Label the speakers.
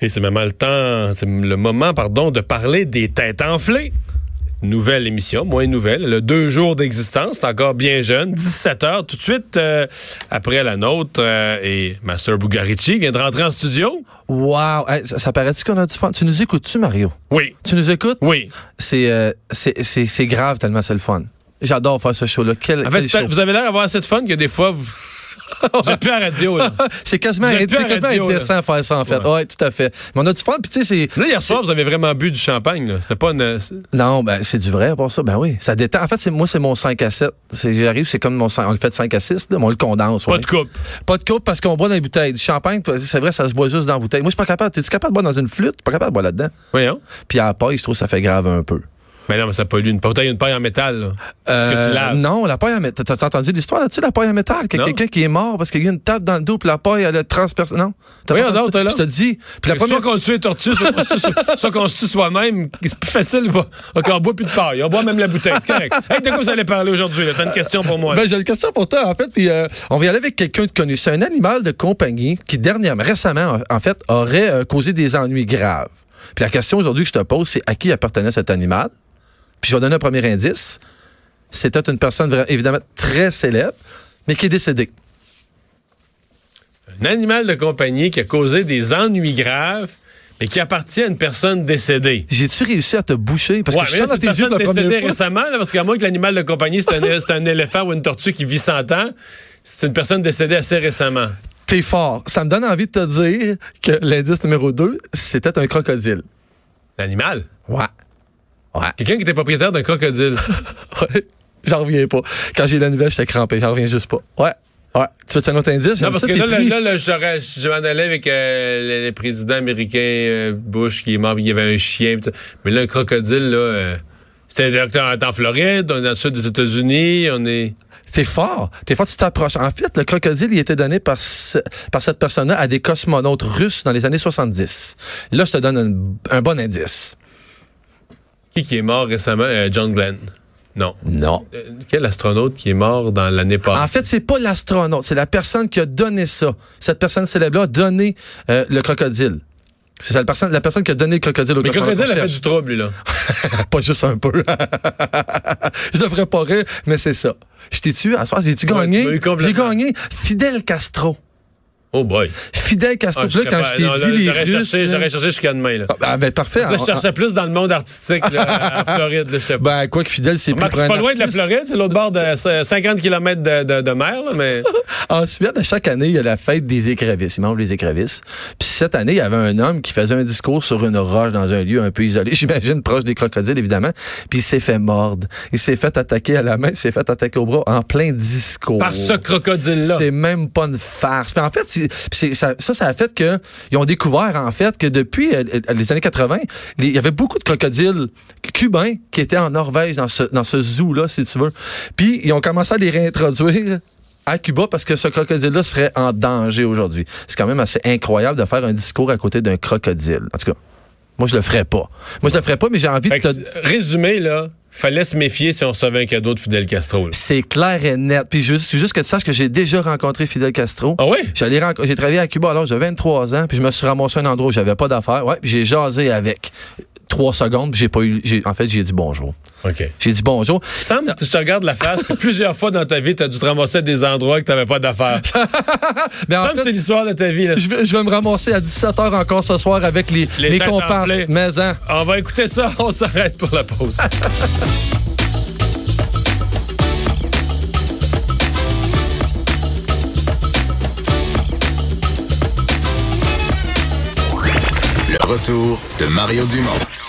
Speaker 1: Et c'est maintenant le temps, c'est le moment, pardon, de parler des têtes enflées. Nouvelle émission, moins nouvelle, le deux jours d'existence, c'est encore bien jeune, 17 heures tout de suite euh, après la nôtre euh, et Master Bugarici vient de rentrer en studio.
Speaker 2: Wow! Hey, ça, ça paraît-tu qu'on a du fun? Tu nous écoutes-tu, Mario?
Speaker 1: Oui,
Speaker 2: Tu nous écoutes?
Speaker 1: oui.
Speaker 2: C'est, euh, c'est, c'est, c'est grave tellement c'est le fun. J'adore faire ce show-là. Quel,
Speaker 1: En fait,
Speaker 2: quel
Speaker 1: Ah, c'est-
Speaker 2: show.
Speaker 1: vous avez l'air d'avoir assez de fun que des fois vous, vous êtes plus à la radio. Là.
Speaker 2: c'est quasiment,
Speaker 1: vous êtes
Speaker 2: c'est
Speaker 1: plus à
Speaker 2: quasiment
Speaker 1: radio, là.
Speaker 2: intéressant à faire ça, en fait.
Speaker 1: Ouais.
Speaker 2: Ouais. tout à fait. Mais on a du fun, puis tu sais, c'est...
Speaker 1: Là, hier soir, vous avez vraiment bu du champagne. là. C'était pas une. c'est-
Speaker 2: Non, ben, c'est du vrai, pour ça. Ben oui, ça détend. En fait, c'est, moi, c'est mon 5 à 7. C'est, j'arrive, c'est comme mon 5, on le fait de 5 à 6, là, mais on le condense.
Speaker 1: Pas
Speaker 2: ouais.
Speaker 1: de coupe.
Speaker 2: Pas de coupe parce qu'on boit dans les bouteilles. Du champagne, c'est vrai, ça se boit juste dans la bouteille. Moi, je suis pas capable. T'es-tu capable de boire dans une flûte? Je suis Pas capable de boire là-dedans.
Speaker 1: Voyons.
Speaker 2: Puis à la paille, je trouve que ça fait grave un peu.
Speaker 1: Mais non, mais ça pollue une paille, une paille en métal. là, que
Speaker 2: Euh,
Speaker 1: tu laves.
Speaker 2: non, la paille à métal. T'as t'as entendu l'histoire là-dessus, la paille à métal? Que
Speaker 1: Non.
Speaker 2: quelqu'un qui est mort parce qu'il y a eu une tape dans le dos, puis la paille, elle a transpercé. Non? T'as
Speaker 1: Oui,
Speaker 2: pas entendu
Speaker 1: non,
Speaker 2: ça?
Speaker 1: t'es là.
Speaker 2: Je te dis. Puis la
Speaker 1: Soit
Speaker 2: première.
Speaker 1: qu'on tue les tortues, soit qu'on se tue- soit qu'on se tue soi-même, c'est plus facile. Va. OK, on boit plus de paille. On boit même la bouteille. C'est correct. Hey, de quoi vous allez parler aujourd'hui? là? T'as une question pour moi? là?
Speaker 2: Ben, j'ai une question pour toi, en fait. Puis, euh, on va y aller avec quelqu'un de connu. C'est un animal de compagnie qui, dernièrement, récemment, en en fait, aurait euh, causé des ennuis graves. Puis la question aujourd'hui que je te pose, c'est à qui appartenait cet animal? Puis je vais donner un premier indice. C'était une personne, vra- évidemment, très célèbre, mais qui est décédée.
Speaker 1: Un animal de compagnie qui a causé des ennuis graves, mais qui appartient à une personne décédée.
Speaker 2: J'ai-tu réussi à te boucher? Parce
Speaker 1: Ouais,
Speaker 2: que je
Speaker 1: mais là,
Speaker 2: sens
Speaker 1: c'est
Speaker 2: dans
Speaker 1: une
Speaker 2: tes yeux
Speaker 1: personne
Speaker 2: la
Speaker 1: décédée
Speaker 2: première fois.
Speaker 1: récemment, là, parce qu'à moins que l'animal de compagnie, c'est un, c'est un éléphant ou une tortue qui vit 100 ans, c'est une personne décédée assez récemment.
Speaker 2: T'es fort. Ça me donne envie de te dire que l'indice numéro 2, c'était un crocodile.
Speaker 1: L'animal?
Speaker 2: Ouais. Ouais.
Speaker 1: Quelqu'un qui était propriétaire d'un crocodile.
Speaker 2: Ouais. J'en reviens pas. Quand j'ai la nouvelle, j'étais crampé. J'en reviens juste pas. Ouais. Ouais. Tu veux-tu un autre indice?
Speaker 1: Non,
Speaker 2: J'aime
Speaker 1: parce
Speaker 2: ça,
Speaker 1: que
Speaker 2: t'es
Speaker 1: là, là,
Speaker 2: pris.
Speaker 1: là, là, j'aurais- je m'en allais avec euh, le, le président américain euh, Bush qui est mort, puis il y avait un chien. pis tout. Mais là, un crocodile, là, euh, c'était en, en Floride, on est dans le sud des États-Unis, on est...
Speaker 2: T'es fort. T'es fort, tu t'approches. En fait, le crocodile, il était donné par, ce- par cette personne-là à des cosmonautes russes dans les années 70. Là, je te donne un, un bon indice.
Speaker 1: Qui qui est mort récemment? Euh, John Glenn. Non.
Speaker 2: Non.
Speaker 1: Euh, quel astronaute qui est mort dans l'année
Speaker 2: En
Speaker 1: passée?
Speaker 2: fait, c'est pas l'astronaute, c'est la personne qui a donné ça. Cette personne célèbre-là a donné euh, le crocodile. C'est ça, la personne, la personne qui a donné le crocodile au
Speaker 1: Mais le
Speaker 2: cosmonaute
Speaker 1: crocodile a fait
Speaker 2: qu'on cherche.
Speaker 1: du trouble, lui, là.
Speaker 2: Pas juste un peu. je devrais pas rire, mais c'est ça. Je t'ai tué, à soir, j'ai-tu
Speaker 1: Ouais,
Speaker 2: gagné?
Speaker 1: tu m'as eu complètement.
Speaker 2: j'ai gagné. Fidel Castro.
Speaker 1: Oh boy.
Speaker 2: Fidel Castro.
Speaker 1: Ah, je
Speaker 2: Puis là,
Speaker 1: serais
Speaker 2: quand
Speaker 1: pas-
Speaker 2: je
Speaker 1: non, là,
Speaker 2: t'ai dit les
Speaker 1: j'aurais
Speaker 2: Russes...
Speaker 1: cherché-
Speaker 2: là-
Speaker 1: J'aurais cherché jusqu'à demain, là.
Speaker 2: Ah, ben, parfait.
Speaker 1: Là,
Speaker 2: Ah,
Speaker 1: je cherchais plus dans le monde artistique, là, à euh, Floride, là, je sais
Speaker 2: ah,
Speaker 1: pas.
Speaker 2: Ben, quoi que Fidel, c'est plus
Speaker 1: Marc,
Speaker 2: pour
Speaker 1: c'est
Speaker 2: un
Speaker 1: pas loin de la
Speaker 2: artiste.
Speaker 1: Floride, c'est l'autre bord de euh, 50 km de, de- de mer, là, mais...
Speaker 2: En Suède, à chaque année, il y a la fête des écrevisses. Ils mangent les écrevisses. Puis cette année, il y avait un homme qui faisait un discours sur une roche dans un lieu un peu isolé, j'imagine, proche des crocodiles, évidemment. Puis il s'est fait mordre. Il s'est fait attaquer à la main, il s'est fait attaquer au bras en plein discours.
Speaker 1: Par ce crocodile-là.
Speaker 2: Oh. C'est même pas une farce. Mais en fait, c'est- c'est- ça, ça, ça a fait que ils ont découvert en fait que depuis euh, euh, les années 80, les- il y avait beaucoup de crocodiles cubains qui étaient en Norvège dans ce dans ce zoo là, si tu veux. Puis ils ont commencé à les réintroduire à Cuba parce que ce crocodile-là serait en danger aujourd'hui. C'est quand même assez incroyable de faire un discours à côté d'un crocodile. En tout cas, moi je le ferais pas. Moi je le ferais pas, mais j'ai envie
Speaker 1: Fait
Speaker 2: de
Speaker 1: que,
Speaker 2: te
Speaker 1: résumé, là, fallait se méfier si on recevait un cadeau de Fidel Castro. là.
Speaker 2: C'est clair et net. Puis je veux juste- juste que tu saches que j'ai déjà rencontré Fidel Castro.
Speaker 1: Ah oui?
Speaker 2: J'allais renco- j'ai travaillé à Cuba alors j'ai 23 ans, puis je me suis ramassé à un endroit où j'avais pas d'affaires, ouais, puis j'ai jasé avec trois secondes, puis j'ai pas eu j'ai- en fait, j'ai dit bonjour.
Speaker 1: OK.
Speaker 2: J'ai dit bonjour.
Speaker 1: Sam, tu te regardes la face, puis plusieurs fois dans ta vie, t'as dû te ramasser à des endroits que t'avais pas d'affaires.
Speaker 2: Mais en
Speaker 1: Sam,
Speaker 2: fait,
Speaker 1: c'est l'histoire de ta vie, là.
Speaker 2: je vais, je vais me ramasser à 17h encore ce soir avec les,
Speaker 1: Les
Speaker 2: les,
Speaker 1: têtes
Speaker 2: comparses hein,
Speaker 1: enflées.
Speaker 2: maison.
Speaker 1: On va écouter ça, on s'arrête pour la pause.
Speaker 3: Le retour de Mario Dumont.